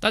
大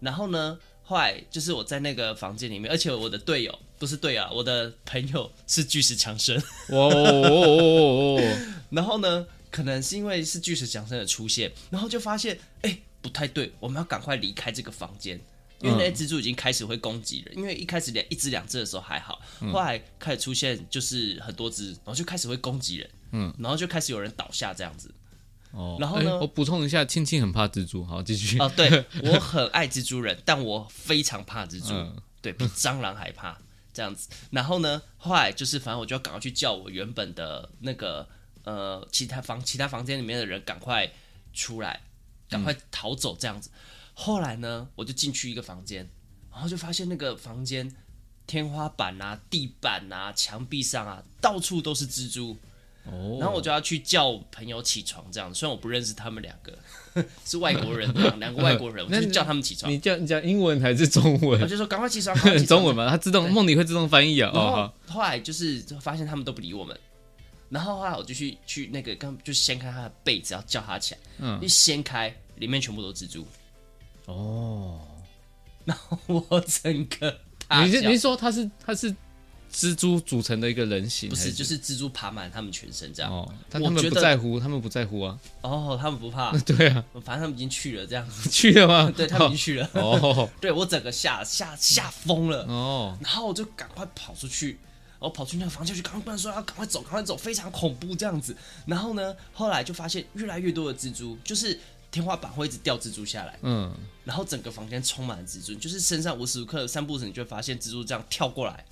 然后呢，后来就是我在那个房间里面，而且我的队友不是队友啊，我的朋友是巨石强森。哇哦哦哦哦哦！然后呢，可能是因为是巨石强森的出现，然后就发现哎不太对，我们要赶快离开这个房间。因为那些蜘蛛已经开始会攻击人，因为一开始两一只两只的时候还好，后来开始出现就是很多只，然后就开始会攻击人，嗯，然后就开始有人倒下这样子。哦， 然后呢哎我补充一下，庆庆很怕蜘蛛。好，继续。啊，对 我很爱蜘蛛人，但我非常怕蜘蛛，嗯对比蟑螂还怕这样子。然后呢，后来就是反正我就要赶快去叫我原本的那个呃其他房其他房间里面的人赶快出来，赶快逃走这样子。后来呢，我就进去一个房间，然后就发现那个房间天花板啊、地板啊、墙壁上啊，到处都是蜘蛛。哦，然后我就要去叫朋友起床，这样。虽然我不认识他们两个， 是外国 人，这样两个外国人，我那就叫他们起床。你叫你讲英文还是中我 文？就说赶快起床，赶快起 床中文。嘛，它自动梦里会自动翻译啊。然哦，后好后来就是发现他们都不理我们，然后后来我就去去那个刚就掀开他的被子，要叫他起来。嗯一掀开，里面全部都是蜘蛛， 哦，我整个大你是叫你。是说它是它是蜘蛛组成的一个人形？不还是，就是蜘蛛爬满他们全身这样。哦，但我他们觉不得在乎，他们不在乎啊。哦，他们 不怕，对啊，反正他们已经去了这样子。去了吗？ 对他们已经去了， 哦对我整个吓吓吓疯了。哦，然后我就赶快跑出去，然后跑出去那个房间去，赶快跟他说要赶快走，赶快走，非常恐怖这样子。然后呢，后来就发现越来越多的蜘蛛，就是天花板会一直掉蜘蛛下来，嗯，然后整个房间充满了蜘蛛，就是身上无时无刻散步时你就会发现蜘蛛这样跳过来，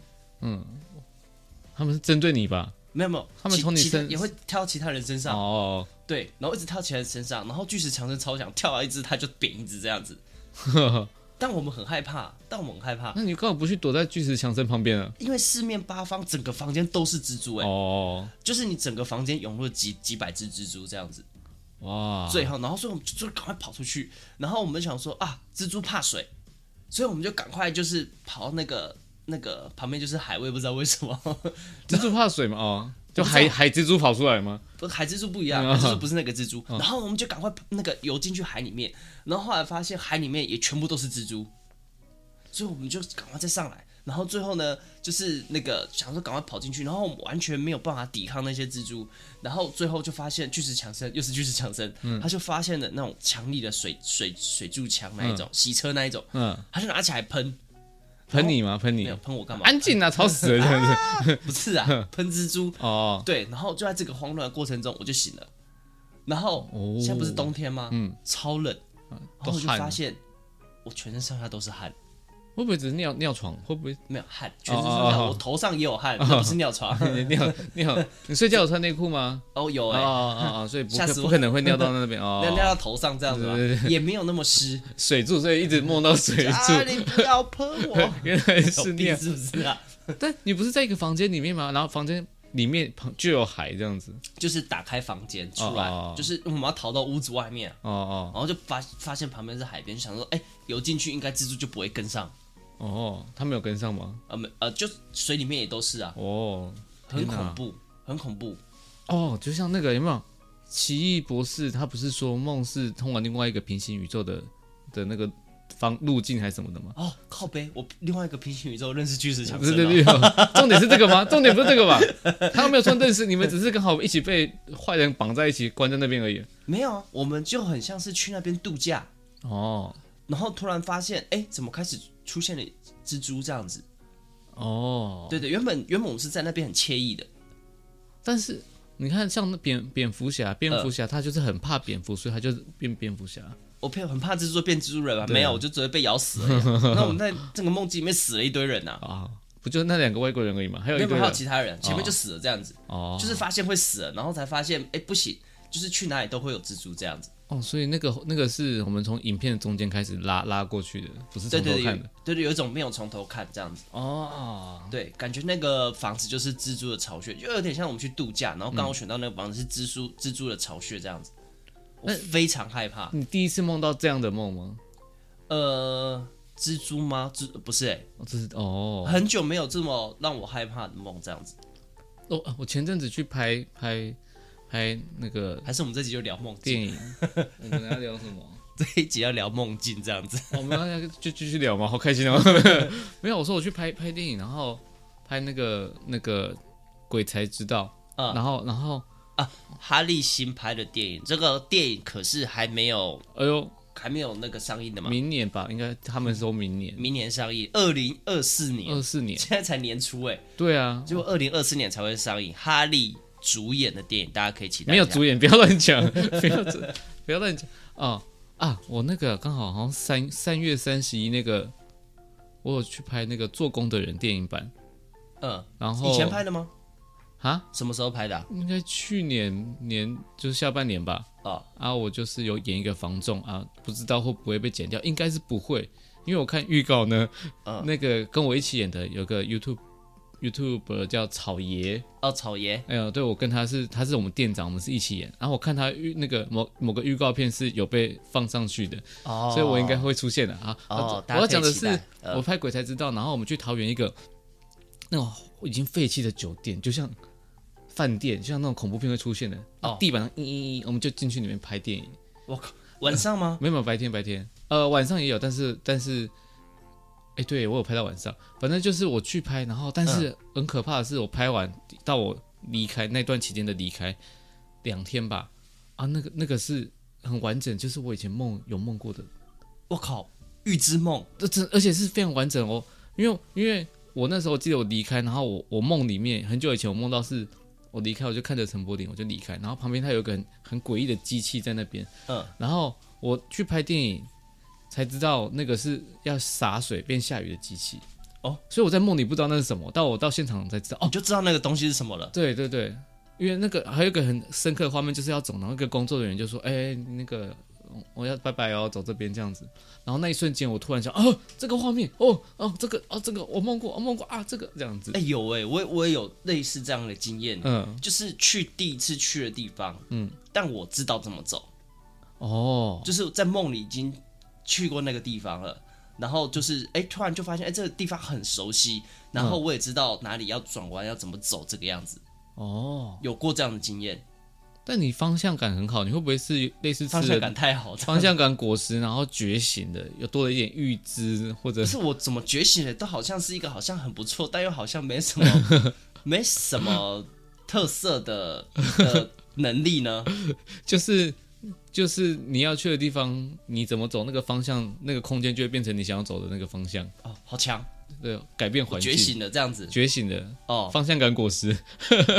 他们是针对你吧？没有没有，他们其从你其他身也会跳到其他人身上，哦， 对，然后一直跳其他人身上，然后巨石强森超想跳到一只他就扁一只这样子。但我们很害怕，但我们很害怕，那你干嘛不去躲在巨石强森旁边啊？因为四面八方整个房间都是蜘蛛、欸，哎、哦，就是你整个房间涌入了几几百只蜘蛛这样子。哇，最后，然后所以我们就就赶快跑出去，然后我们想说啊，蜘蛛怕水，所以我们就赶快就是跑到那个那个旁边就是海，我也不知道为什么，蜘蛛怕水嘛？哦，就 我不啊海知道海蜘蛛跑出来吗？不海蜘蛛不一样，嗯海蜘蛛不是那个蜘蛛，然后我们就赶快那个游进去海里面，然后后来发现海里面也全部都是蜘蛛，所以我们就赶快再上来，然后最后呢，就是那个想说赶快跑进去，然后我们完全没有办法抵抗那些蜘蛛，然后最后就发现巨石强森又是巨石强森，嗯他就发现了那种强力的水水水柱枪那一种，洗车那一种，嗯，他就拿起来喷，喷你吗？喷没你有？喷我干嘛？安静啊，吵死了这样子。不是 啊，喷蜘蛛，哦，对，然后就在这个慌乱的过程中，我就醒了。然后、哦现在不是冬天吗？嗯，超冷，然都后我就汗发了，现我全身上下都是汗，会不会只是尿尿床？会不会没有汗，全身上下、哦哦哦我头上也有汗，那不是 尿床。你尿 尿？你睡觉有穿内裤吗？哦，有哦哎、哦哦，所以不吓可死我不可能会尿到那边哦那。 尿到头上这样子吧对对，也没有那 么湿。水柱，所以一直梦到水 啊，柱，你不要喷我，原来 是有病尿。是不是啊？但你不是在一个房间里面吗？然后房间里面旁就有海这样子。就是打开房间出来，哦哦哦就是我们要逃到屋子外面，哦然后就发发现旁边是海边，就想说，哎、游进去应该蜘蛛就不会跟上，哦哦，他没有跟上吗？呃，没呃，就水里面也都是啊，哦很天哪恐怖，很恐怖。哦，就像那个有没有奇异博士？他不是说梦是通往另外一个平行宇宙的的那个方路径还是什么的吗？哦，靠背，我另外一个平行宇宙认识巨石强对森、哦，对对，哦 重点是这个吗？重点不是这个吧？他没有穿正式，你们只是刚好一起被坏人绑在一起，关在那边而已。没有啊，我们就很像是去那边度假，哦然后突然发现，哎，怎么开始出现了蜘蛛这样子？哦，对对，原本原本我们是在那边很惬意的，但是你看，像那蝙蝙蝠侠，蝙蝠侠他就是很怕蝙蝠，所以他就是变蝙蝠侠。我怕很怕蜘蛛变蜘蛛人嘛，对啊没有，我就只会被咬死而已啊、 那我们在这个梦境里面死了一堆人呐、啊。啊，不就那两个外国人而已嘛，还有一原个本还有人其他人，哦前面就死了这样子，哦，就是发现会死了，然后才发现，哎，不行，就是去哪里都会有蜘蛛这样子。哦，所以那个那个是我们从影片中间开始拉拉过去的，不是对从头对对，有看的对对，有一种没有从头看这样子。哦。对，感觉那个房子就是蜘蛛的巢穴，就有点像我们去度假，然后嗯刚好选到那个房子是蜘蛛、蜘蛛的巢穴这样子，我非常害怕。你第一次梦到这样的梦吗？呃，蜘蛛吗？蜘不是哎、哦这是哦，很久没有这么让我害怕的梦这样子，哦我我前阵子去拍拍拍那个还是我们这集就聊梦境，电影，我们要聊什么？ 这一集要聊梦境这样子。 我们要就继续聊嘛，好开心哦！ 没有，我说我去拍拍电影，然后拍那个那个鬼才知道，嗯然后然后哈利新拍的电影，这个电影可是还没有哎呦，还没有那个上映的嘛，明年吧，应该他们说明年嗯明年上映，二零二四年二，四年，现在才年初哎、对啊，结果二零二四年才会上映。哈利主演的电影，大家可以期待一没有下。主演，不要乱讲， 不要这不要乱讲哦啊！我那个刚好好像三三月三十一那个，我有去拍那个做工的人电影版，嗯，然后以前拍的吗？啊，什么时候拍的啊、应该去年年就是下半年吧哦啊，我就是有演一个房仲啊，不知道会不会被剪掉，应该是不会，因为我看预告呢，嗯那个跟我一起演的有个 YouTube。YouTube 叫草爷，哦，草爷，哎呀，对我跟他是，他是我们店长，我们是一起演。然后我看他预那个某某个预告片是有被放上去的，哦所以我应该会出现的啊。哦啊，大我要家可以讲的期是待，呃我拍鬼才知道，然后我们去桃园一个那种已经废弃的酒店，就像饭店，就像那种恐怖片会出现的，啊哦地板上嘤嘤嘤，我们就进去里面拍电影。我靠，晚上吗？没有没有白天白天，呃，晚上也有，但是但是，哎，对我有拍到晚上，反正就是我去拍，然后但是很可怕的是，我拍完到我离开那段期间的离开两天吧，啊，那个那个是很完整，就是我以前梦有梦过的，我靠，预知梦，这真而且是非常完整哦，因为因为我那时候记得我离开，然后我我梦里面很久以前我梦到是。我离开，我就看着陈柏霖，我就离开。然后旁边他有一个很很诡异的机器在那边，嗯，然后我去拍电影，才知道那个是要洒水变下雨的机器。哦，所以我在梦里不知道那是什么，到我到现场才知道。你哦，就知道那个东西是什么了。对对对，因为那个还有一个很深刻的画面，就是要走，然后一个工作人员就说：“哎、那个我要拜拜哦，走这边这样子。然后那一瞬间，我突然想，哦，这个画面，哦哦，这个哦这个我梦过，我、梦过啊，这个这样子。哎、有哎、我也我也有类似这样的经验，嗯，就是去第一次去的地方，嗯，但我知道怎么走，哦，就是在梦里已经去过那个地方了，然后就是哎、突然就发现哎、这个地方很熟悉，然后我也知道哪里要转弯，要怎么走这个样子，哦，有过这样的经验，但你方向感很好，你会不会是类似吃方了向感太好，方向感果实，然后觉醒的，又多了一点预知或者不是我怎么觉醒的，都好像是一个好像很不错，但又好像没什么 没什么特色的 的能力呢？就是就是你要去的地方，你怎么走那个方向，那个空间就会变成你想要走的那个方向，哦，好强，对，改变我环境，觉醒了这样子觉醒的哦，方向感果实，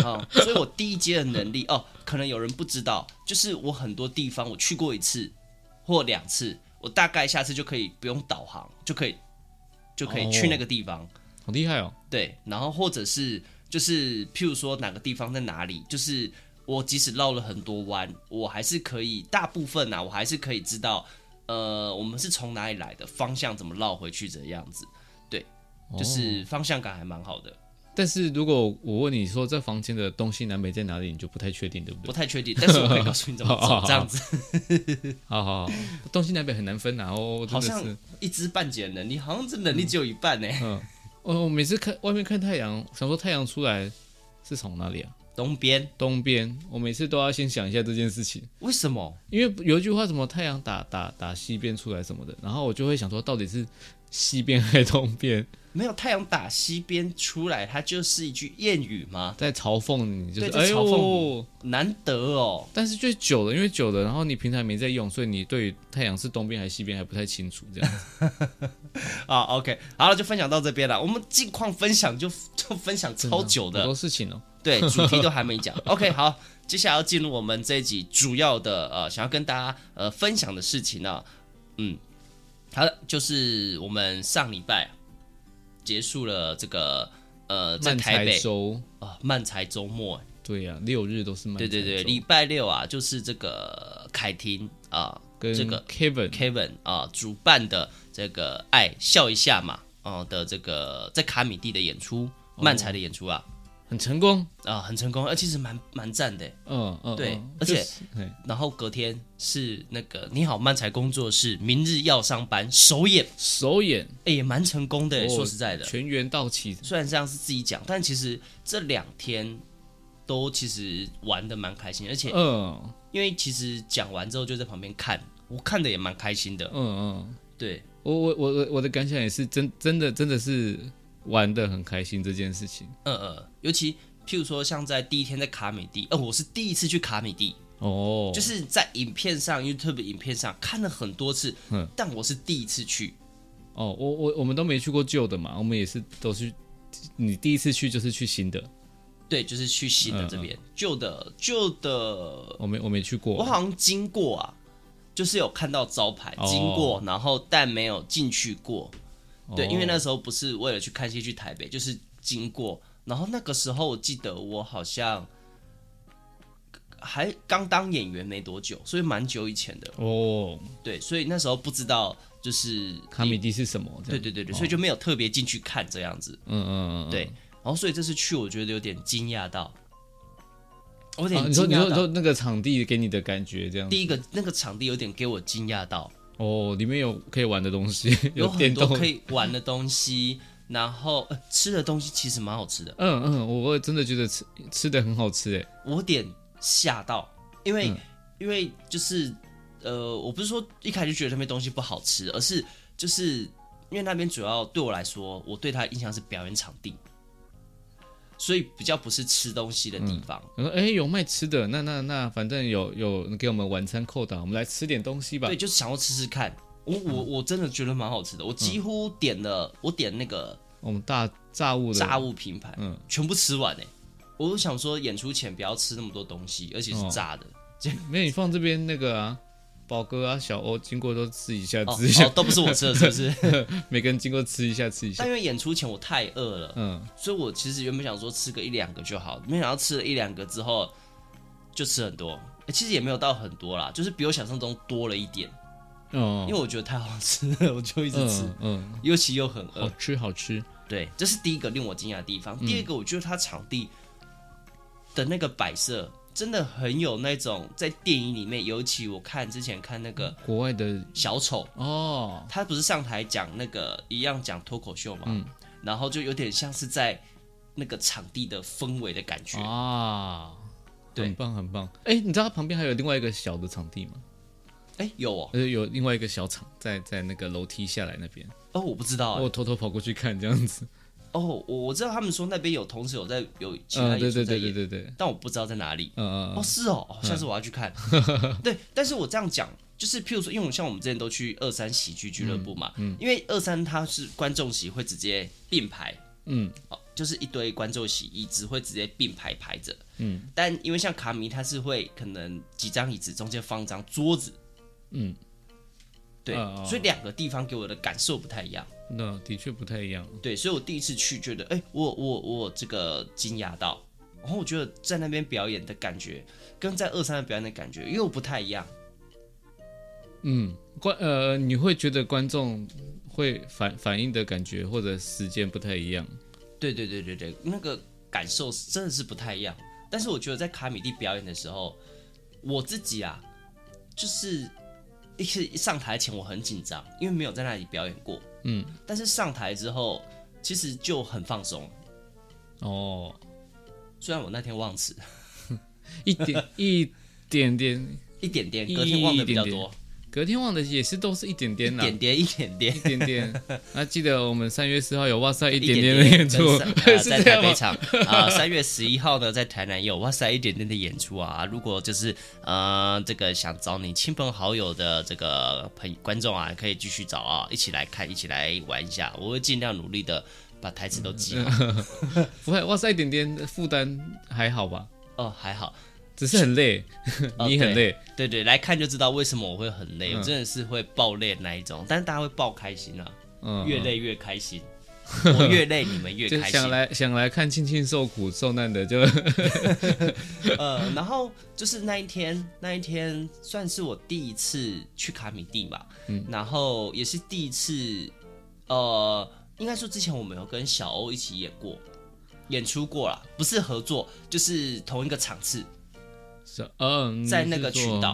好，所以我第一阶的能力哦，可能有人不知道，就是我很多地方我去过一次或两次，我大概下次就可以不用导航，就可以就可以去哦那个地方。好厉害哦！对，然后或者是就是譬如说哪个地方在哪里，就是我即使绕了很多弯，我还是可以大部分啊，我还是可以知道，呃，我们是从哪里来的，方向怎么绕回去这样子，就是方向感还蛮好的，但是如果我问你说这房间的东西南北在哪里，你就不太确定，对不不对？太确定，但是我可以告诉你怎么好好走，好这样子好好好，东西南北很难分啊！哦，真好的像是，一知半解的能力，好像这能力只有一半呢、嗯，哦，我每次看外面看太阳，想说太阳出来是从哪里啊？东边东边，我每次都要先想一下这件事情。为什么？因为有一句话什么太阳打打打西边出来什么的，然后我就会想说到底是西边还是东边，没有太阳打西边出来，它就是一句谚语吗？在嘲讽你，就是对在哎嘲呦讽，难得哦，但是就久了，因为久了，然后你平常没在用，所以你对于太阳是东边还是西边还不太清楚，这样啊，OK，好了，就分享到这边了。我们近况分享就 就分享 超久好的，多事情哦。对，主题都还没讲。OK，好， 接下来要进入我们这一集主要的呃，想要跟大家呃分享的事情呢、嗯，好的，就是我们上礼拜结束了这个呃在漫台才北周，啊漫才周末，对呀、六日都是漫才对周，对对，礼拜六啊，就是这个凯婷啊、跟这个 Kevin Kevin 啊、主办的这个“爱笑一下嘛”哦、的这个在卡米蒂的演出，漫才的演出啊很成功，啊、很成功，呃其实蛮蛮赞的。嗯嗯，对嗯而且就是嘿然后隔天是那个你好漫才工作室明日要上班首演，首演哎也蛮成功的。哦说实在的，全员到齐，虽然这样是自己讲，但其实这两天都其实玩的蛮开心，而且嗯因为其实讲完之后就在旁边看，我看的也蛮开心的嗯。嗯。对，我我我我我的感想也是真真的真的是玩的很开心这件事情嗯嗯，尤其譬如说像在第一天在卡米蒂，呃，我是第一次去卡米蒂，哦，就是在影片上 YouTube 影片上看了很多次嗯，但我是第一次去。哦，我我我们都没去过旧的嘛，我们也是都是你第一次去就是去新的，对，就是去新的这嗯边，旧的旧的，我没我没去我过，好像经过啊，就是有看到招牌哦经过，然后但没有进去过。对，哦因为那时候不是为了去看戏去台北，就是经过。然后那个时候我记得我好像还刚当演员没多久，所以蛮久以前的。哦，对，所以那时候不知道就是卡米哦蒂是什么？这对样对对对，所以就没有特别进去看这样子。嗯嗯嗯，对，然后所以这次去我觉得有点惊讶到，我嗯。啊，有点你说惊你说讶你到。说那个场地给你的感觉这样子，第一个那个场地有点给我惊讶到，哦，里面有可以玩的东西，很电多动，可以玩的东西，然后、呃吃的东西其实蛮好吃的。嗯嗯，我我真的觉得吃吃的很好吃哎，我有点吓到，因为、因为就是呃，我不是说一开始就觉得那边东西不好吃，而是就是因为那边主要对我来说，我对它的印象是表演场地，所以比较不是吃东西的地方。我说哎有卖吃的，那那那反正有有给我们晚餐扣打，我们来吃点东西吧对，，就是想要吃吃看。我我我真的觉得蛮好吃的，我几乎点了，我点那个我们大炸物的炸物品牌，嗯全部吃完哎、我就想说演出前不要吃那么多东西，而且是哦炸的，没有，你放这边那个啊，宝哥啊，小欧经过都吃一下，哦吃一下，哦都不是我吃的，是不是？每个人经过吃一下，吃一下但。因为演出前我太饿了，嗯，所以我其实原本想说吃个一两个就好，没想到吃了一两个之后就吃很多，哎、欸其实也没有到很多啦，就是比我想象中多了一点，哦，因为我觉得太好吃了， 我就一直吃，嗯嗯，尤其又很饿好。吃好吃，对，这是第一个令我惊讶的地方。第二嗯个，我觉得它场地的那个摆设真的很有那种在电影里面，尤其我看之前看那个国外的小丑，哦，他不是上台讲那个一样讲脱口秀嘛，嗯然后就有点像是在那个场地的氛围的感觉。啊，对很棒很棒。哎、你知道它旁边还有另外一个小的场地吗？哎、有哦，就是呃有另外一个小场在在那个楼梯下来那边，哦，我不知道、哎我偷偷跑过去看这样子。哦，我我知道他们说那边有同时有在有其他嗯，演对出对在对演对，对对，但我不知道在哪里。嗯哦，嗯是哦，哦下次我要 去看。对，但是我这样讲，就是譬如说，因为我像我们之前都去二三喜剧俱乐部嘛，嗯因为二三它是观众席会直接并排，嗯哦，就是一堆观众席椅子会直接并排排着，嗯，但因为像卡米它是会可能几张椅子中间放一张桌子，嗯，对，哦哦所以两个地方给我的感受不太一样。嗯，那的确不太一样。对，所以我第一次去觉得，哎、我我我这个惊讶到，然后我觉得在那边表演的感觉跟在二三的表演的感觉又不太一样。嗯，观呃，你会觉得观众会反反应的感觉或者时间不太一样。对对对对对，那个感受是真的是不太一样。但是我觉得在卡米蒂表演的时候，我自己啊，就是一开一上台前我很紧张，因为没有在那里表演过。嗯，但是上台之后，其实就很放松。哦，虽然我那天忘词 一点一点点，一点点，隔天忘的比较一点多，隔天忘的也是都是一点点一啦。点点一点点一。点点，那、记得我们三月四号有哇塞一一点点的演出跟，三呃、 是在这台样吗北？场啊，三、月十一号呢，在台南有哇塞一点点的演出啊。如果就是呃，这个想找你亲朋好友的这个朋观众啊，可以继续找啊，一起来看，一起来玩一下。我会尽量努力的把台词都记嗯好。不会，哇塞一点点的负担还好吧，哦，还好，只是很累，哦 你很累，对对，来看就知道为什么我会很嗯累，我真的是会爆累那一种，但是大家会爆开心啊，嗯，越累越 开心。我越累，你们越就开心。想来想来看庆庆受苦受难的就，呃，然后就是那一天，那一天算是我第一次去卡米蒂吧，嗯然后也是第一次，呃，应该说之前我们有跟小欧一起演过，演出过啦，不是合作，就是同一个场次，是嗯，在那个是说群岛，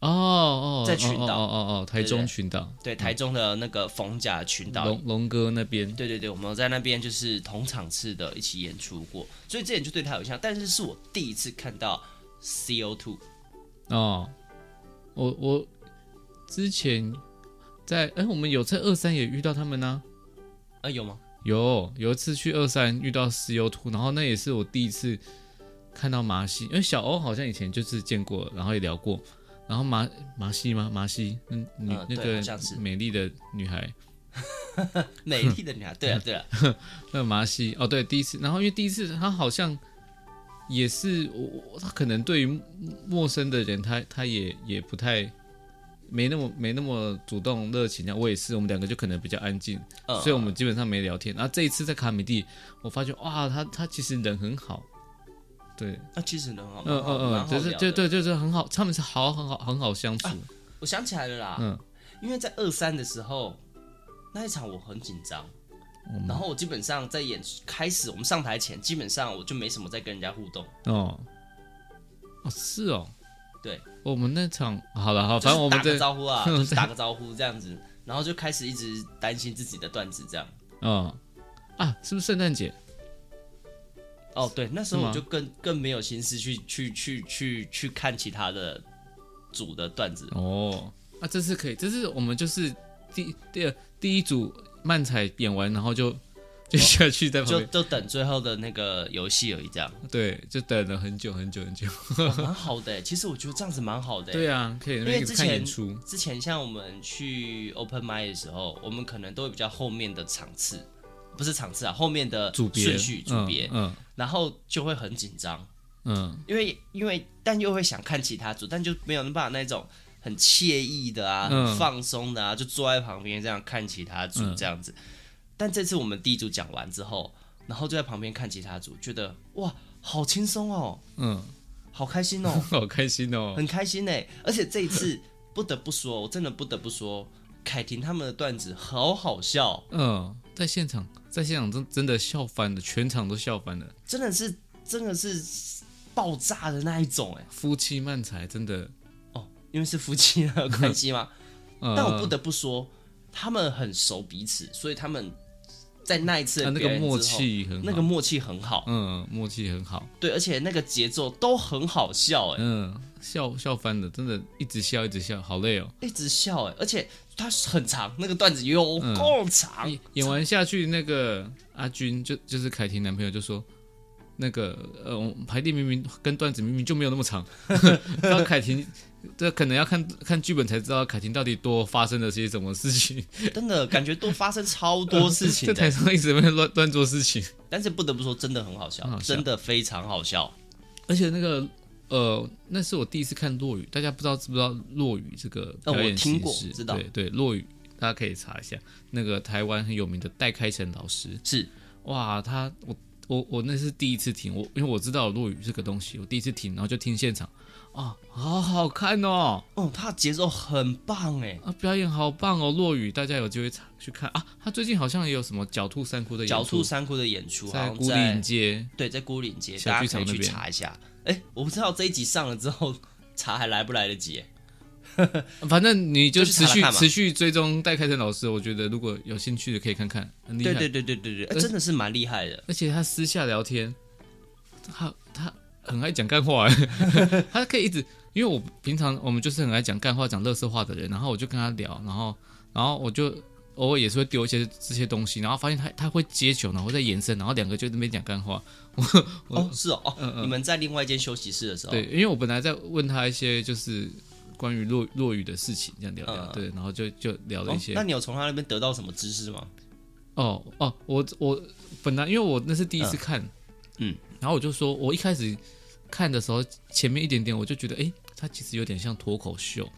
哦哦，在群岛哦哦哦哦，台对中对群岛，对，台中的那个逢甲群岛龙龙哥那边，对对对，我们有在那边就是同场次的一起演出过，所以这点就对他有印象，但是是我第一次看到 CO Two，哦，我我之前在哎、我们有在二三也遇到他们呢、啊、有吗？有有一次去二三遇到石油兔，然后那也是我第一次看到麻西，因为小欧好像以前就是见过，然后也聊过，然后麻麻西吗？麻西，嗯，女、呃那对好个像是美丽的女孩，美丽的女孩，对啊对啊，那麻西哦，对，第一次，然后因为第一次她好像也是我我她可能对于陌陌生的人，她她也也不太。没那么没那么主动热情，这样啊我也是，我们两个就可能比较安静，嗯，所以我们基本上没聊天。然后这一次在卡米蒂，我发觉哇，他他其实人很好，对，那其实很好，嗯蛮好嗯蛮嗯，好就是聊就的对，就是很好，他们是好很好很好相处，我想起来了啦，嗯因为在二三的时候那一场我很紧张，哦然后我基本上在演开始我们上台前，基本上我就没什么在跟人家互动，哦哦是哦，对，我们那场好了好，就反正我是们打这个招 呼啊，就是打个招呼这样子，然后就开始一直担心自己的段子这样。嗯啊，是不是圣诞节？哦，对，那时候是吗我就更更没有心思去去去去去看其他的组的段子。哦，啊，这次可以，这次我们就是第第二第一组漫彩演完，然后就哦 就下去在旁就边，就等最后的那个游戏而已，这样对，就等了很久很久很久。哦蛮、好的欸。其实我觉得这样子蛮好的欸。对啊，可以那因为边之看演前出。之前像我们去 open m i 的时候，我们可能都会比较后面的场次，不是场次啊，后面的组别顺序组别，嗯然后就会很紧张，嗯因为因为但又会想看其他组，但就没有办法那种很惬意的啊，嗯很放松的啊，就坐在旁边这样看其他组这样子。但这次我们第一组讲完之后，然后就在旁边看其他组，觉得哇，好轻松哦。嗯好开心哦，好开心哦！很开心哎！而且这一次不得不说，我真的不得不说，凯婷他们的段子好好笑，嗯，在现场，在现场真真的笑翻了，全场都笑翻了。真的是真的是爆炸的那一种哎！夫妻漫才真的，哦，因为是夫妻 的关系嘛，呃、但我不得不说，他们很熟彼此，所以他们在那一次他啊那的表个演之后默，契很好，那个默契很好，嗯，默契很好，对，而且那个节奏都很好笑哎，嗯，笑笑翻了，真的一直笑一直笑，好累哦。一直笑哎，而且它很长，那个段子有够嗯长，演演完下去，那个阿军就就是凯婷男朋友就说，那个呃，我们排练明明跟段子明明就没有那么 长，然后凯婷这可能要看看剧本才知道凯婷到底多发生了些什么事情，真的感觉都发生超多事 情在的台上一直在那边乱乱做事情，但是不得不说，真的很好笑，很好笑真的非常好笑。而且那个。呃，那是我第一次看落雨，大家不知道知不知道落雨这个呃表演我形听式？过知道对对，落雨大家可以查一下，那个台湾很有名的戴开成老师，是哇，他我我我那是第一次听，我因为我知道有落雨这个东西，我第一次听，然后就听现场，啊，好好看哦，哦，他的节奏很棒哎，啊，表演好棒哦，落雨，大家有机会查去看啊，他最近好像也有什么狡兔三窟的演狡出兔，三窟的演出好在像孤岭在街，对在孤岭街，小大剧家可场以那去边查一下。哎，我不知道这一集上了之后 查还来不来得及。反正你就就去持查查续看嘛持续追踪戴开成老师，我觉得如果有兴趣的可以看看，很厉害，对对对对对对，哎真的是蛮厉害的。而且他私下聊天，他他很爱讲干话 欸，他可以一直，因为我平常我们就是很爱讲干话、讲乐色话的人，然后我就跟他聊，然后然后我就偶尔也是会丢一些这些东西，然后发现他他会接球，然后再延伸，然后两个就在那边讲干话。哦，是哦，哦，你们在另外一间休息室的时候，嗯对，因为我本来在问他一些就是关于落落雨的事情，这样聊聊，嗯嗯对，然后就就聊了哦一些。那你有从他那边得到什么知识吗？哦哦，我我本来因为我那是第一次看，嗯，然后我就说，我一开始看的时候，前面一点点我就觉得，诶，它其实有点像脱口秀，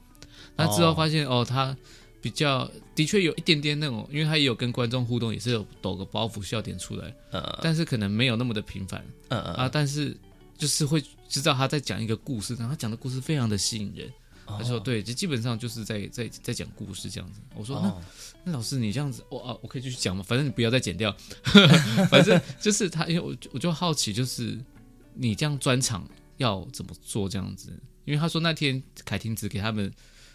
那之后哦发现哦，它比较的确有一点点那种，因为它也有跟观众互动，也是有抖个包袱笑点出来，呃但是可能没有那么的频繁呃呃，啊，但是就是会知道他在讲一个故事，然后他讲的故事非常的吸引人。哦他说：“对，就基本上就是在在在讲故事这样子。”我说：“那哦那老师，你这样子，我、啊，我可以继续讲吗？反正你不要再剪掉， 反正就是他，因为我就我就好奇，就是你这样专场要怎么做这样子？因为他说那天凯婷只给他们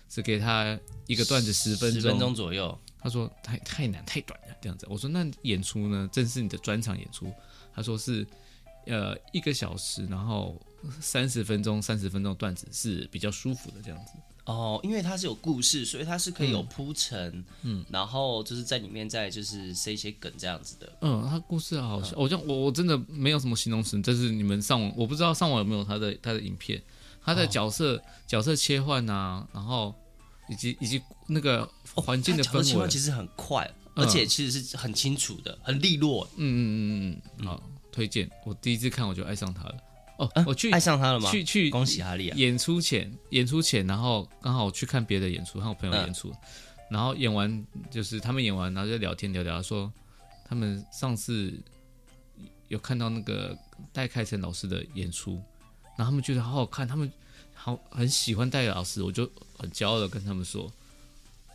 只给他一个段子十分十钟，分钟左右，他说太太难太短了这样子。我说那演出呢，正是你的专场演出，他说是呃一个小时，然后三十分钟，三十分钟的段子是比较舒服的这样子。哦，因为它是有故事，所以它是可以有铺陈，嗯，然后就是在里面再就是塞一些梗这样子的。嗯，他故事好像，我像我我真的没有什么形容词，就是你们上网，我不知道上网有没有他的他的影片，他的角色、角色切换啊，然后以及以及那个环境的哦它角色切氛围换，其实很快，嗯而且其实是很清楚的，很利落。嗯嗯嗯嗯，好，推荐，我第一次看我就爱上他了。哦，我去啊爱上他了吗？去去恭喜哈利啊！演出前，演出前，然后刚好我去看别的演出，看我朋友嗯演出，然后演完就是他们演完，然后就聊天聊聊，说他们上次有看到那个戴开成老师的演出，然后他们觉得好好看，他们好很喜欢戴老师，我就很骄傲的跟他们说，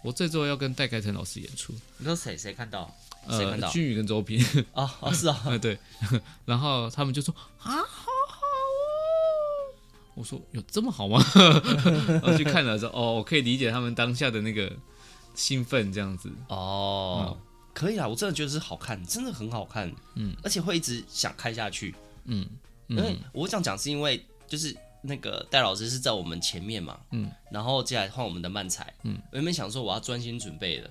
我这周要跟戴开成老师演出，你说谁谁看到？谁呃看，到？君宇跟周平，哦，哦是啊，啊，对，然后他们就说啊，好好哦。我说有这么好吗？ 然后去看了之后，哦，我可以理解他们当下的那个兴奋这样子。哦，可以啦，我真的觉得是好看，真的很好看，嗯，而且会一直想看下去，嗯，因为我这样讲是因为就是那个戴老师是在我们前面嘛，嗯，然后接下来换我们的漫才，嗯，我原本想说我要专心准备的，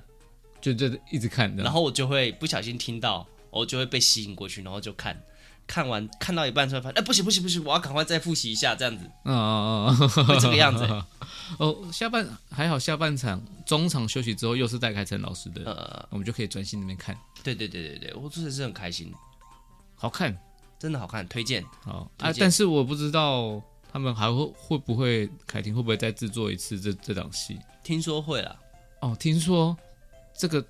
就就一直看这然样。后我就会不小心听到，我就会被吸引过去，然后就看，看完看到一半突然发现，哎、不行不行不行，我要赶快再复习一下，这样子嗯嗯嗯嗯，会 这个样子、哦，下半还好，下半场中场休息之后又是戴开成老师的，呃，我们就可以专心那边看，对对对对对，我真的是很开心，好看。真的好看，推荐。好啊推，荐但是我不知道他们还会会不会凯婷会不会再制作一次这这档戏。听说会啦，哦，听说这个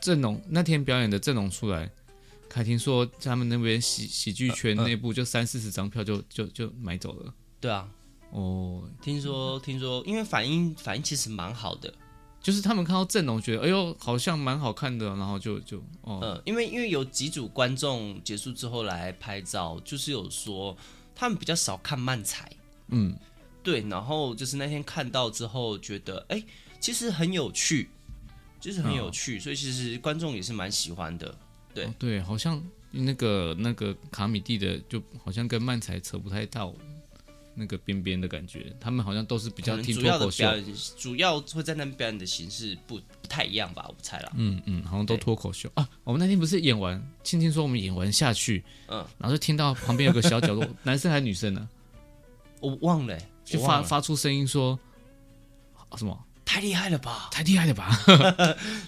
阵容那天表演的阵容出来，呃凯婷说他们那边喜喜剧圈内部就三四十张票就就就买走了，对啊，哦，听说听说，因为反应反应其实蛮好的，就是他们看到阵容觉得，哎呦，好像蛮好看的，然后就就哦，嗯，因为因为有几组观众结束之后来拍照，就是有说他们比较少看漫才，嗯，对，然后就是那天看到之后觉得，哎，其实很有趣，就是很有趣，所以其实观众也是蛮喜欢的。对哦对，好像那个那个卡米蒂的，就好像跟漫才扯不太到那个边边的感觉，他们好像都是比可较能听主脱要的口秀表，演，主要会在那边表演的形式不不太一样吧，我猜啦。嗯嗯，好像都对脱口秀啊。我们那天不是演完，青青说我们演完下去，嗯，然后就听到旁边有个小 角落，男生还是女生呢、我忘了、欸，就我忘发了发出声音说、啊什么太厉害了吧？太厉害了吧？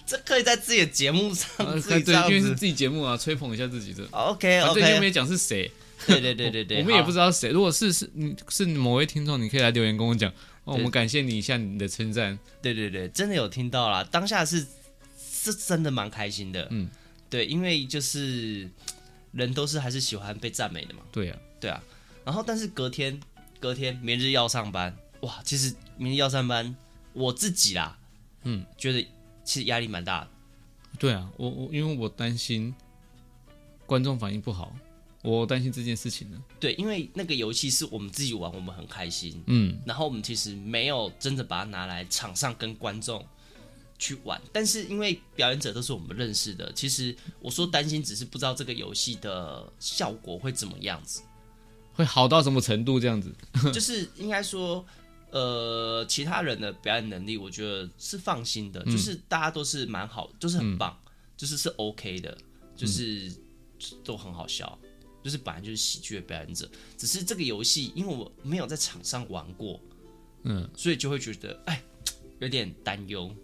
这可以在自己的节目上 自己这呃 对，样因为是子。自己节目啊，吹捧一下自己的。 OK 反正又没 OK，有讲是谁，对对对对对，我们也好不知道谁。如果是是你是某位听众，你可以来留言跟我讲。哦，我对们感谢你一下你的称赞。对对对，真的有听到啦，当下是是真的蛮开心的，嗯，对，因为就是人都是还是喜欢被赞美的嘛，对啊，对啊，然后但是隔天隔天明日要上班，哇，其实明日要上班，我自己啦，嗯，觉得其实压力蛮大的，对啊，我我因为我担心观众反应不好，我担心这件事情呢。对，因为那个游戏是我们自己玩，我们很开心，嗯，然后我们其实没有真的把它拿来场上跟观众去玩，但是因为表演者都是我们认识的，其实我说担心只是不知道这个游戏的效果会怎么样子，会好到什么程度这样子？ 就是应该说。呃，其他人的表演能力，我觉得是放心嗯的，就是大家都是蛮好，就是很棒，就是是 OK 的，就是都很好笑，就是本来就是喜剧的表演者。只是这个游戏，因为我没有在场上玩过，嗯，所以就会觉得哎，有点担忧。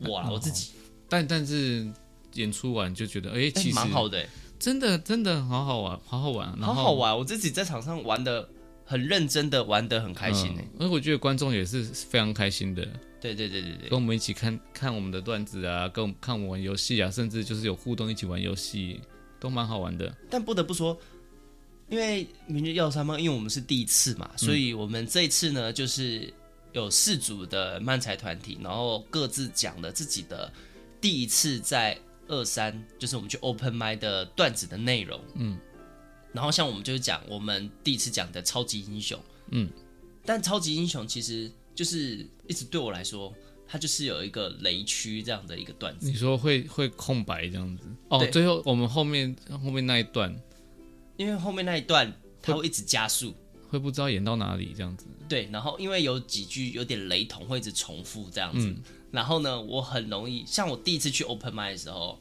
我啦，我自己但但是演出完就觉得，哎、哎其实蛮、好的、哎真的真的好好玩，好好玩，然好后嗯好玩。我自己在场上玩的很认真的，玩的很开心、哎、嗯而我觉得观众也是非常开心的，对对对对对，跟我们一起看看我们的段子啊，跟我们看我们玩游戏啊，甚至就是有互动一起玩游戏，都蛮好玩的。但不得不说，因为明日要三班，因为我们是第一次嘛，所以我们这一次呢，就是有四组的漫才团体，然后各自讲了自己的第一次在二三，就是我们去 open m i 的段子的内容。嗯，然后像我们就是讲我们第一次讲的超级英雄。嗯，但超级英雄其实就是一直对我来说，它就是有一个雷区这样的一个段子。你说会会空白这样子哦，对最后我们后面后面那一段因为后面那一段它会一直加速，会不知道演到哪里这样子，对，然后因为有几句有点雷同，会一直重复这样子。嗯然后呢，我很容易，像我第一次去 open m i 的时候，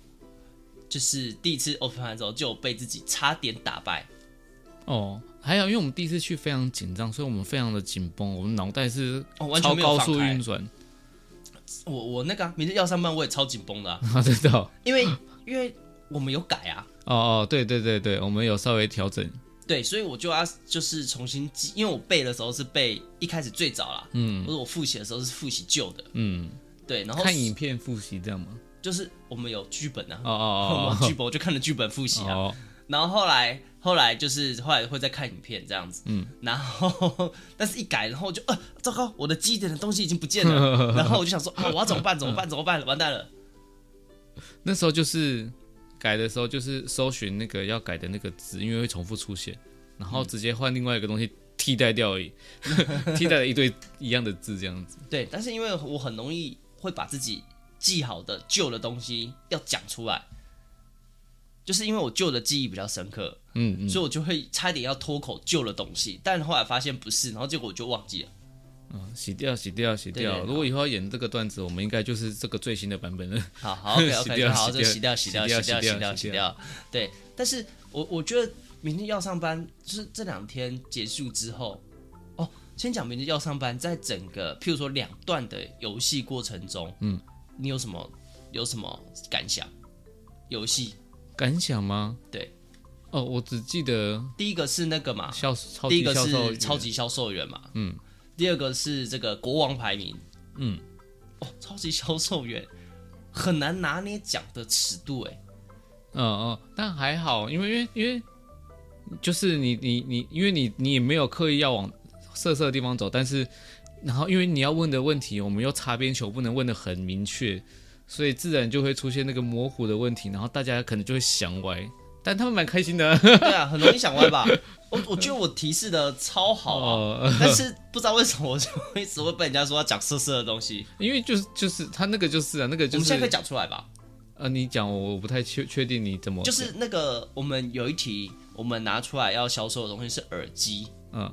就是第一次 open m i 的时候，就有被自己差点打败。哦，还有，因为我们第一次去非常紧张，所以我们非常的紧绷，我们脑袋是哦完全超没有高放速开运转 我我那个、啊、明天要上班，我也超紧绷的啊、啊，真的哦 因为因为我们有改啊，哦哦，对对对对，我们有稍微调整，对，所以我就要就是重新记，因为我背的时候是背一开始最早啦，嗯，或者我复习的时候是复习旧的，嗯，对，然后看影片复习这样吗？就是我们有剧本啊，哦我哦们有剧本我就看了剧本复习哦啊，哦，然后后来后来就是后来会再看影片这样子，嗯，然后但是一改，然后我就呃，糟糕，我的记忆点的东西已经不见 了，然后我就想说啊，我要怎么办？怎么办？怎么办？完蛋了！那时候就是改的时候，就是搜寻那个要改的那个字，因为会重复出现，然后直接换另外一个东西替代掉而已， 替代了一堆一样的字这样子。对，但是因为我很容易会把自己记好的旧的东西要讲出来，就是因为我旧的记忆比较深刻，嗯嗯，所以我就会差点要脱口旧的东西，但后来发现不是，然后结果我就忘记了。嗯洗掉洗掉洗对对啊掉。对如果以后要演这个段子，我们应该就是这个最新的版本了。 好啊好，OK 洗 OK，掉好，洗这掉洗掉洗掉洗掉洗掉洗掉洗掉洗洗掉。对，但是我我觉得明天要上班，就是这两天结束之后，哦，先讲明天要上班，在整个譬如说两段的游戏过程中，嗯，你有什么有什么感想？游戏感想吗？对，哦，我只记得第一个是那个嘛，销超第一级个销售是超级销售员嘛，嗯，第二个是这个国王排名，嗯，哦，超级销售员很难拿捏讲的尺度，哎，嗯嗯，但还好，因为因为因为就是你你你，因为你你也没有刻意要往色色的地方走，但是然后因为你要问的问题，我们又擦边球不能问的很明确，所以自然就会出现那个模糊的问题，然后大家可能就会想歪，但他们蛮开心的啊。对啊，很容易想歪吧？我我觉得我提示的超好啊，哦，但是不知道为什么我就一直会被人家说要讲色色的东西。因为就是就是他那个就是啊，那个我就们现在可以是讲出来吧？呃，你讲我我不太确确定你怎么就是那个我们有一题，我们拿出来要销售的东西是耳机。嗯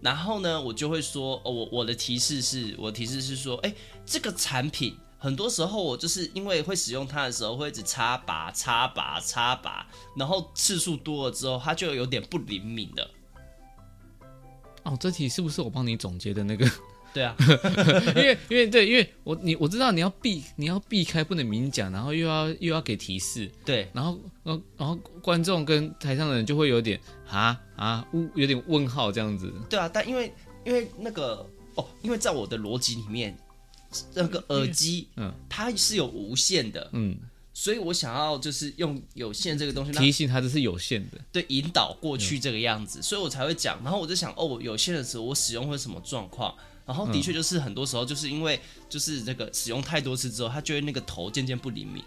然后呢，我就会说，哦，我我的提示是，我的提示是说，哎，这个产品很多时候我就是因为会使用它的时候，会一直插拔、插拔、插拔，然后次数多了之后，它就有点不灵敏了。哦，这题是不是我帮你总结的那个？对啊， 因为因为对，因为我你我知道你要避你要避开不能明讲，然后又要又要给提示，对，然后呃然后观众跟台上的人就会有点啊啊呜有点问号这样子。对啊，但因为因为那个哦，因为在我的逻辑里面，那个耳机，嗯它是有无线的，嗯，所以我想要就是用有线这个东西让提醒他这是有限 的。对引导过去这个样子，所以我才会讲。然后我就想，哦，我有些的时候我使用会什么状况？然后的确就是很多时候就是因为就是这个使用太多次之后，它就会那个头渐渐不灵敏。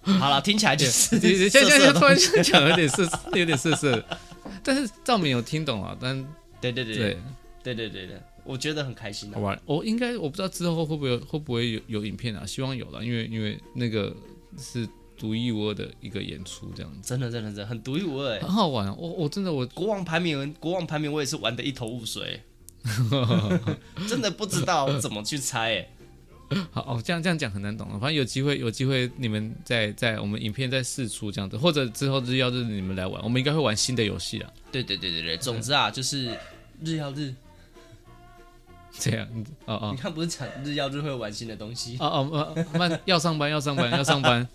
好了，听起来就是你你现在现色色在的突然讲有点涩，有点涩涩的，但是赵敏有听懂啊，但对对对对对，对对对对，我觉得很开心、好啊。吧，我应该我不知道之后会不会有会不会有有影片啊，希望有啦，因为因为那个是独一无二的一个演出这样子，真的真的真的很独一无二、欸很。好玩啊、我我真的我国王排名，国王排名我也是玩的一头雾 水，真的不知道怎么去猜、欸。好哦，这样这样讲很难懂了。反正有机会，有机会你们在在我们影片再试出这样子，或者之后日曜日你们来玩，我们应该会玩新的游戏啊。 对对对对对，总之啊，就是日曜日，这样，你哦哦你看不是讲日曜日会玩新的东西。哦哦，慢、慢要上班要上班要上 班，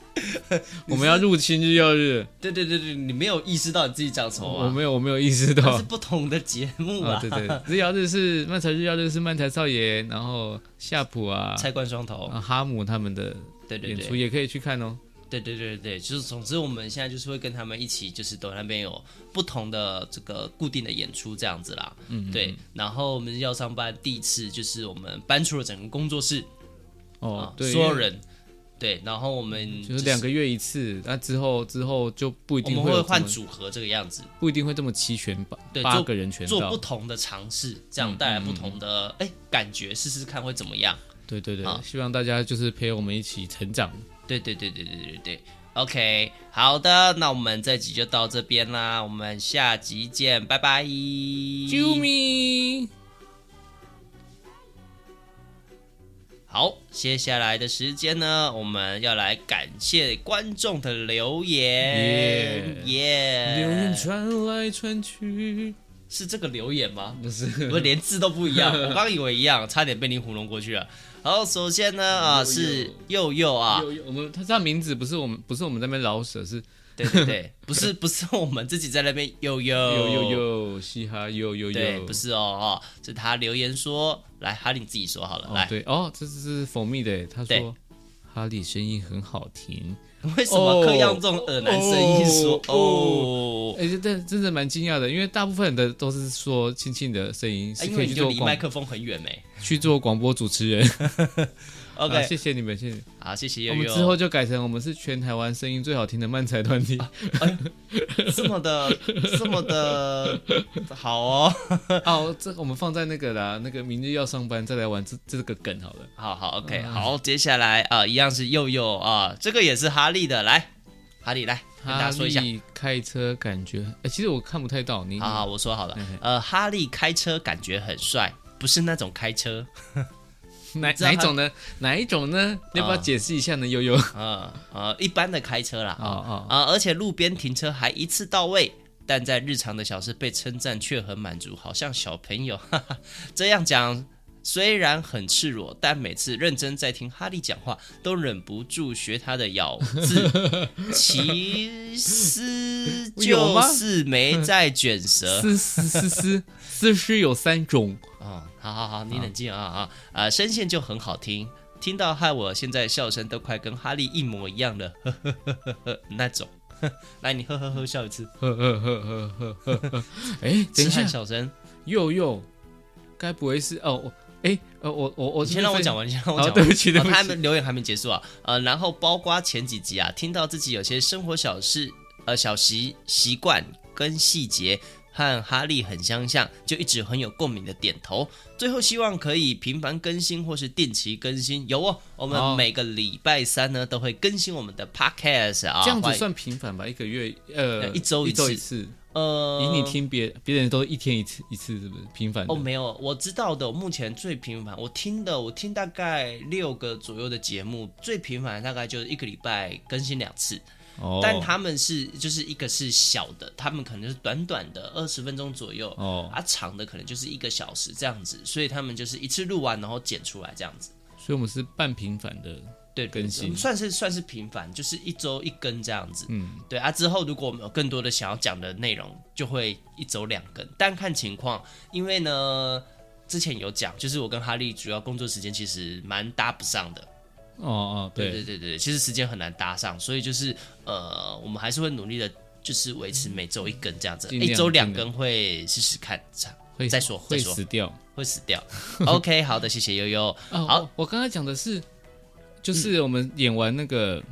我们要入侵日曜日。对对对对，你没有意识到你自己讲什么我啊？没有我没有意识到它是不同的节目啊、啊。对对，日曜日是漫才日曜日是漫才少爷，然后夏普啊、菜冠双头，啊哈姆他们的对对演出对，也可以去看哦。对对对对，就是总之我们现在就是会跟他们一起，就是都那边有不同的这个固定的演出这样子啦。嗯，对。然后我们要上班第一次就是我们搬出了整个工作室哦啊，，对，嗯所有人对，然后我们就是两个月一次，那之后之后就不一我定有们会这么换组合这个样子，不一定会这么齐全吧，对八做个人全做到。不同的尝试，这嗯样带来不同的哎感觉，试试看会怎么样。对对对啊，希望大家就是陪我们一起成长。对对对对对对对，OK，好的，那我们这集就到这边啦，我们下集见，拜拜。啾咪，好，接下来的时间呢，我们要来感谢观众的留言，耶、流言传来传去，是这个留言吗？不是我连字都不一样，我刚以为一样，差点被你糊弄过去了。好，首先呢，啊、佑佑是佑佑啊，有有我们他这名字不是我们不是我们在那边老舍，是对对对，不是不是我们自己在那边佑佑呦呦呦嘻哈呦呦哦对，呦，不是哦哦，是他留言说，来哈利你自己说好了，哦来，对哦，这这是蜂蜜的，欸他哎对说哈利声音很好听，为什么刻要这种耳男声音说哦哦？哎，这但真的蛮惊讶的，因为大部分的都是说庆庆的声音哎是因可为以你去就做离麦广克风很远没去做广播主持人。啊？OK，谢谢你们，谢谢你们。好，谢谢我悠们之后悠，就改成我们是全台湾声音最好听的漫才团体。这么的这么 的好哦，哦，这我们放在那个啦，那个明日要上班再来玩这这个梗好了。好好 OK，好，嗯接下来啊、一样是悠悠啊、这个也是哈利的，来，哈利来跟大哈家说一下。利开车感觉，哎，其实我看不太到你。好好，我说好了嗯哼，呃，哈利开车感觉很帅，不是那种开车， 哪知道哪他一种呢？哪一种呢？要不要解释一下呢？悠悠。呃呃，一般的开车啦，哦啊、哦啊、而且路边停车还一次到位，但在日常的小事被称赞却很满足，好像小朋友， 哈哈，这样讲。虽然很赤裸，但每次认真在听哈利讲话，都忍不住学他的咬字。其实有就吗是没在 卷舌。思思思思思诗有三种，哦，好好好，你冷静啊啊啊！呃声线就很好听， 听到害我现在笑声都快跟哈利一模一样了，呵呵呵呵呵那种。 来，你呵呵呵笑一次，呵呵呵呵呵呵呵。哎，等一痴下汉，小生，佑佑，该不会是哦？我哎呃，我我我你先让我讲完，你先让我好讲完。对不 起对啊不他起们留言还没结束啊，呃，然后包括前几集啊，听到自己有些生活小事、呃小习习惯跟细节和哈利很相像，就一直很有共鸣的点头。最后希望可以频繁更新或是定期更新。有哦，好我们每个礼拜三呢都会更新我们的 podcast 啊，这样子欢迎算频繁吧？一个月呃，一周一一次周一次。呃，以你听别别人都一天一次一次，是不是频繁的？哦，没有，我知道的，我目前最频繁，我听的，我听大概六个左右的节目，最频繁大概就是一个礼拜更新两次，哦，但他们是就是一个是小的，他们可能是短短的二十分钟左右，哦，啊，长的可能就是一个小时这样子，所以他们就是一次录完然后剪出来这样子，所以我们是半频繁的，对，对更新对算是算是频繁，就是一周一更这样子，嗯，对啊，之后如果我们有更多的想要讲的内容，就会一周两更，但看情况，因为呢，之前有讲，就是我跟哈利主要工作时间其实蛮搭不上的，哦哦，对对对对，其实时间很难搭上，所以就是呃，我们还是会努力的，就是维持每周一更这样子，尽量一周两尽量更会试试看，这样会再说会再说死掉。会死掉。OK，好的，谢谢悠悠。哦，好嗯我我刚才讲的是，就是我们演完那个、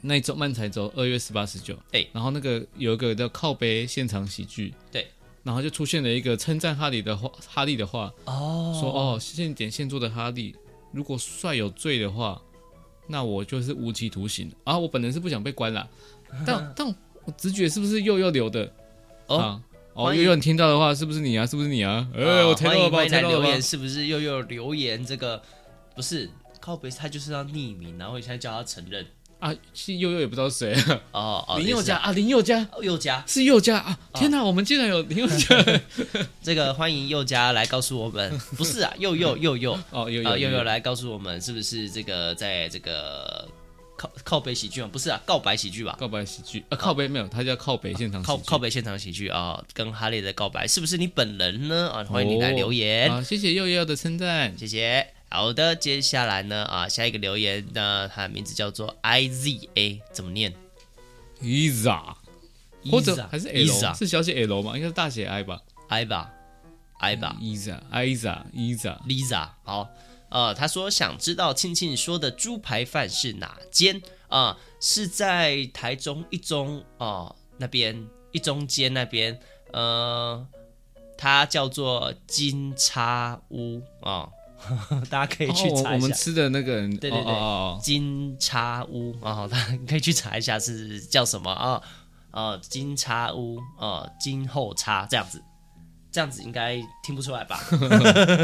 那一周漫才周，二月十八、十九，对，然后那个有一个叫靠背现场喜剧，对，然后就出现了一个称赞哈利的话，哈利的话，哦说哦，现点现做的哈利，如果帅有罪的话，那我就是无期徒刑啊！我本人是不想被关 啦，但但我直觉是不是佑佑留的？哦啊哦，欢迎佑佑，你听到的话是不是你啊？是不是你啊？呃、呃我猜到欢迎了吧？我欢迎来猜到了留吧？言，是不是悠悠留言这个不是靠背，他就是要匿名，然后现在叫他承认。啊，其实佑佑也不知道谁、哦哦，林也宥是嘉啊，啊，林宥嘉哦佑嘉，哦是宥嘉啊！天哪，我们竟然有林宥嘉 这个欢迎佑嘉来告诉我们，不是啊，佑佑佑佑。哦， 有啊，有悠悠来告诉我们，是不是这个在这个靠靠北喜剧吗？不是啊，告白喜剧吧？告白喜剧啊，靠背没有，他叫靠北现场喜靠剧靠北现场喜剧啊、跟哈利的告白，是不是你本人呢？啊，欢迎你来哦留言，啊，谢谢佑佑的称赞，谢谢。好的，接下来呢啊，下一个留言呢，他的名字叫做 I Z A，怎么念？伊莎或者 Isa，还是 L Isa 是小写 L 吗？应该是大写 I 吧 I 吧，I 吧伊莎 i 莎伊莎， ，Lisa。好，呃，他说想知道庆庆说的猪排饭是哪间啊、是在台中一中哦、那边一中街那边，呃，它叫做金叉屋啊，哦 大家可以去哦我查我一们下。吃的那个，对对哦哦对哦金叉屋啊，好、大家可以去查一下是叫什么啊？呃，金叉屋，呃，金后叉这样子，这样子应该听不出来吧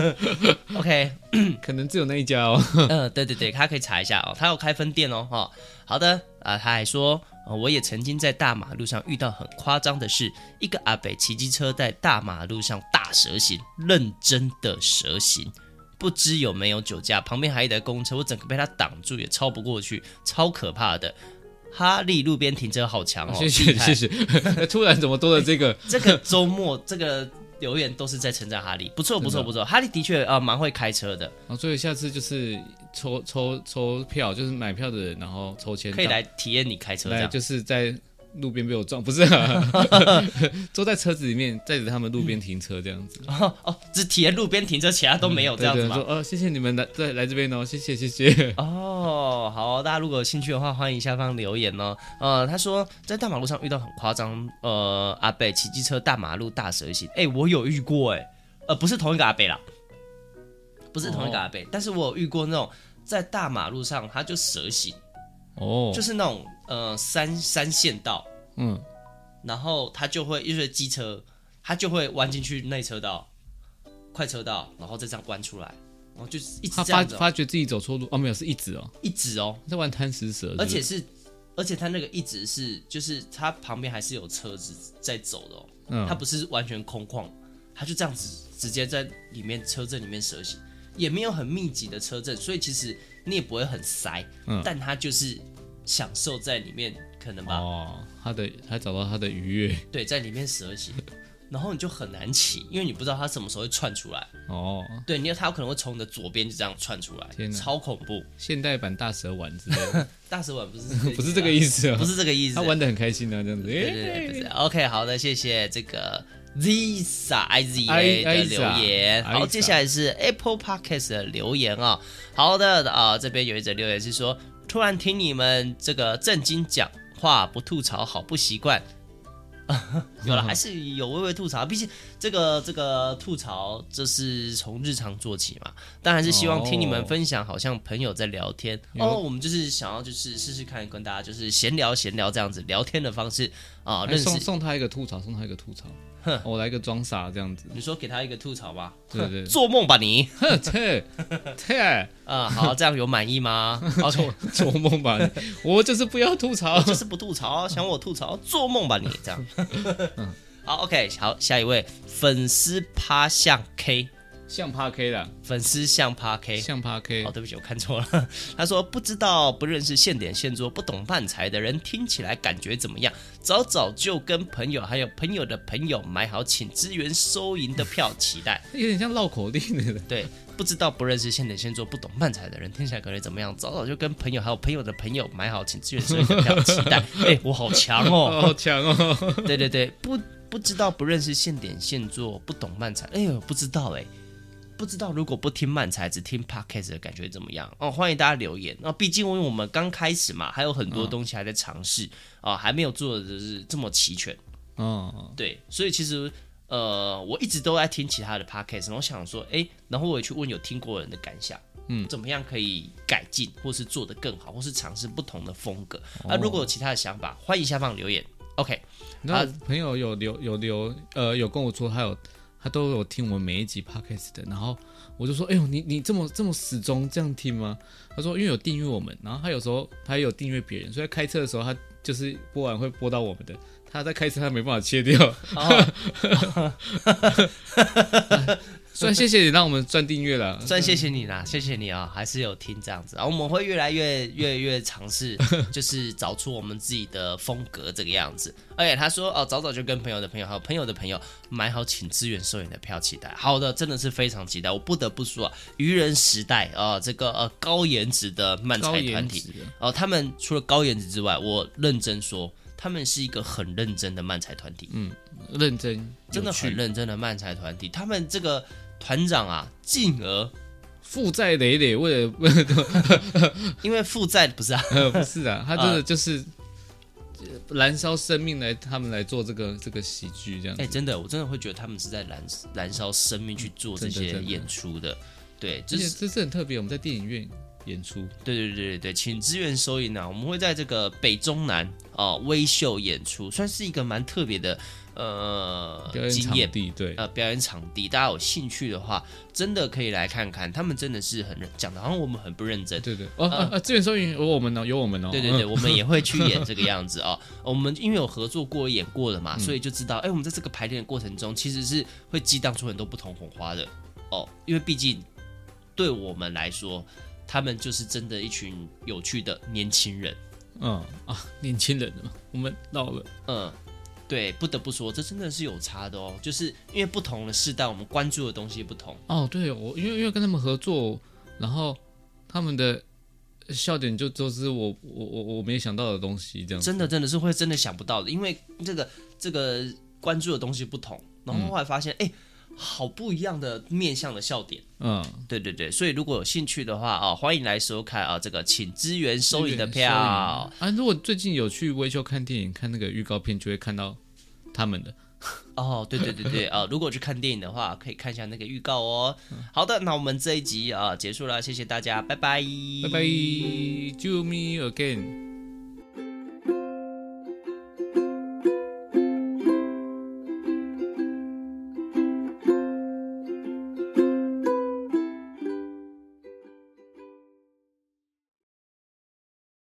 ？OK，哦，可能只有那一家哦。 嗯，对对对，他可以查一下哦，他有开分店哦，哈、好的，啊，他还说、呃我也曾经在大马路上遇到很夸张的事，一个阿北骑机车在大马路上大蛇行，认真的蛇行，不知有没有酒驾，旁边还有一台公车，我整个被他挡住，也超不过去，超可怕的。哈利路边停车好强哦， 谢谢厉害谢谢，突然怎么多了这个？这个周末这个留言都是在称赞哈利，不错不错不错，哈利的确啊蛮会开车的，啊，所以下次就是抽抽抽票，就是买票的人，然后抽签可以来体验你开车这来样。就是在路边被我撞，不是、啊， 坐在车子里面载着他们路边停车这样子，哦 哦，只体验路边停车，其他都没有这样子对对吗？说哦，谢谢你们来对来这边哦，谢谢谢谢。哦，好，大家如果有兴趣的话，欢迎下方留言哦。呃，他说在大马路上遇到很夸张，呃，阿北骑机车大马路大蛇行，哎、我有遇过哎、呃，不是同一个阿北啦，不是同哦一个阿北，但是我有遇过那种在大马路上他就蛇行，哦，就是那种呃三三线道， 嗯，然后他就会因为机车，他就会弯进去内车道、快车道，然后再这样弯出来，然后就一直他这发样子哦、发觉自己走错路，哦，没有，是一直哦，一直哦，在玩贪食蛇，而且是是，而且他那个一直是，就是他旁边还是有车子在走的哦，不是嗯，他不是完全空旷，他就这样子直接在里面车阵里面蛇行，也没有很密集的车阵，所以其实你也不会很塞，嗯但他就是享受在里面，可能吧，哦，他的他找到他的愉悦，对，在里面蛇行， 然后你就很难骑，因为你不知道它什么时候会窜出来。 哦，对，你它有可能会从你的左边就这样窜出来，天哪超恐怖。现代版大蛇丸之类 的，大蛇丸不是 不是这个意思思啊，啊不，是这个意思他。玩的很开心啊，这样子。对对对，不是。OK，好的，谢谢这个 Zisa I Z A I- 的留言。 Isa，好， Isa 接下来是 Apple Podcast 的留言啊、好的啊、这边有一则留言是说，突然听你们这个正经讲话不吐槽好不习惯。有了，还是有微微吐槽，毕竟这个这个吐槽，这是从日常做起嘛。当然是希望听你们哦分享，好像朋友在聊天有哦。我们就是想要就是试试看，跟大家就是闲聊闲聊这样子聊天的方式啊，哎认送识。送他一个吐槽，送他一个吐槽，我来个装傻这样子。你说给他一个吐槽吧，对对对做梦吧你哼， 切切，啊、好，这样有满意 吗？OK，做梦吧你！我就是不要吐槽。就是不吐槽，想我吐槽，做梦吧 你这样。好，OK，好，下一位粉丝趴向 K，像趴 K 啦，粉丝向趴 K，像趴 K 哦，对不起，我看错了。 他说不知道、不认识现点现做、不懂漫才的人，听起来感觉怎么样？早早就跟朋友还有朋友的朋友买好请支援收银的票，期待。有点像绕口令的。对，不知道、不认识现点现做、不懂漫才的人，听起来感觉怎么样？早早就跟朋友还有朋友的朋友买好请支援收银的票，期待。哎、我好强哦，哦！好强哦！对对对，不不知道、不认识现点现做、不懂漫才，哎呦，不知道哎、不知道如果不听漫才，只听 podcast 的感觉怎么样？哦，欢迎大家留言。那、毕竟因为我们刚开始嘛，还有很多东西还在尝试啊、还没有做的就是这么齐全。哦，对，所以其实呃，我一直都在听其他的 podcast，然后想说，哎，然后我也去问有听过的人的感想，嗯，怎么样可以改进，或是做得更好，或是尝试不同的风格。啊，如果有其他的想法，欢迎下方留言。OK，那朋友有留有留呃有跟我说，他有他都有听我们每一集 podcast 的，然后我就说，哎呦，你你这么这么始终这样听吗？他说因为有订阅我们，然后他有时候他也有订阅别人，所以他开车的时候他就是播完会播到我们的。他在开车，他没办法切掉。 算谢谢你让我们赚订阅了，算谢谢你啦，谢谢你啊、还是有听这样子，啊，我们会越来越越越 尝试，就是找出我们自己的风格这个样子。而且他说哦，早早就跟朋友的朋友还有朋友的朋友买好请支援收影的票，期待。好的，真的是非常期待。我不得不说啊，愚人时代啊、这个呃高颜值的漫高才团颜体值的。哦、他们除了高颜值之外，我认真说，他们是一个很认真的漫才团体。认真，真嗯的有很趣，认真的漫才团体，他们这个团长啊，进而负债累累，为了因为负债不是啊，呃不是啊，他真的就是呃燃烧生命来他们来做这个这个喜剧这样哎、子，真的，我真的会觉得他们是在燃燃烧生命去做这真的些真的演出的。对，就而且是这是很特别，我们在电影院演出，对对对对对，请支援收银啊！我们会在这个北中南啊、呃微秀演出，算是一个蛮特别的呃表演经场验地对，呃表演场地。大家有兴趣的话，真的可以来看看，他们真的是很认，讲的好像我们很不认真，对对哦啊啊，资源收银有我们哦，有我们哦，呃对对对，我们也会去演这个样子哦。我们因为有合作过、演过了嘛，所以就知道，哎，我们在这个排练的过程中，其实是会激荡出很多不同火花的哦。因为毕竟对我们来说，他们就是真的一群有趣的年轻人。嗯啊，年轻人哦嘛，我们老了，嗯，对，不得不说，这真的是有差的哦。就是因为不同的世代，我们关注的东西不同。哦，对我因为因为跟他们合作，然后他们的笑点就都是我我我我没想到的东西这样子，真的真的是会真的想不到的，因为这个这个关注的东西不同，然后后来发现，哎、好不一样的面向的笑点。嗯，对对对，所以如果有兴趣的话啊、欢迎来收看啊、这个请支援收银的资源收银票啊，如果最近有去微秀看电影，看那个预告片就会看到他们的。哦。对对对对啊、如果去看电影的话，可以看一下那个预告哦。好的，那我们这一集啊、结束了，谢谢大家，拜拜，拜拜。，Join me again。